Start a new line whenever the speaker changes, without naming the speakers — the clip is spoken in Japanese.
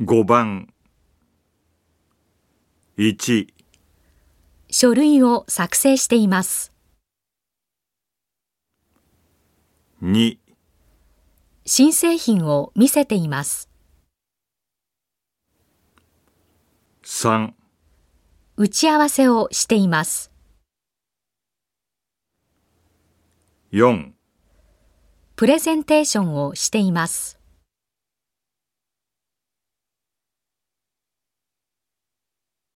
5番1
書類を作成しています。
2
新製品を見せています。
3
打ち合わせをしています。
4
プレゼンテーションをしています。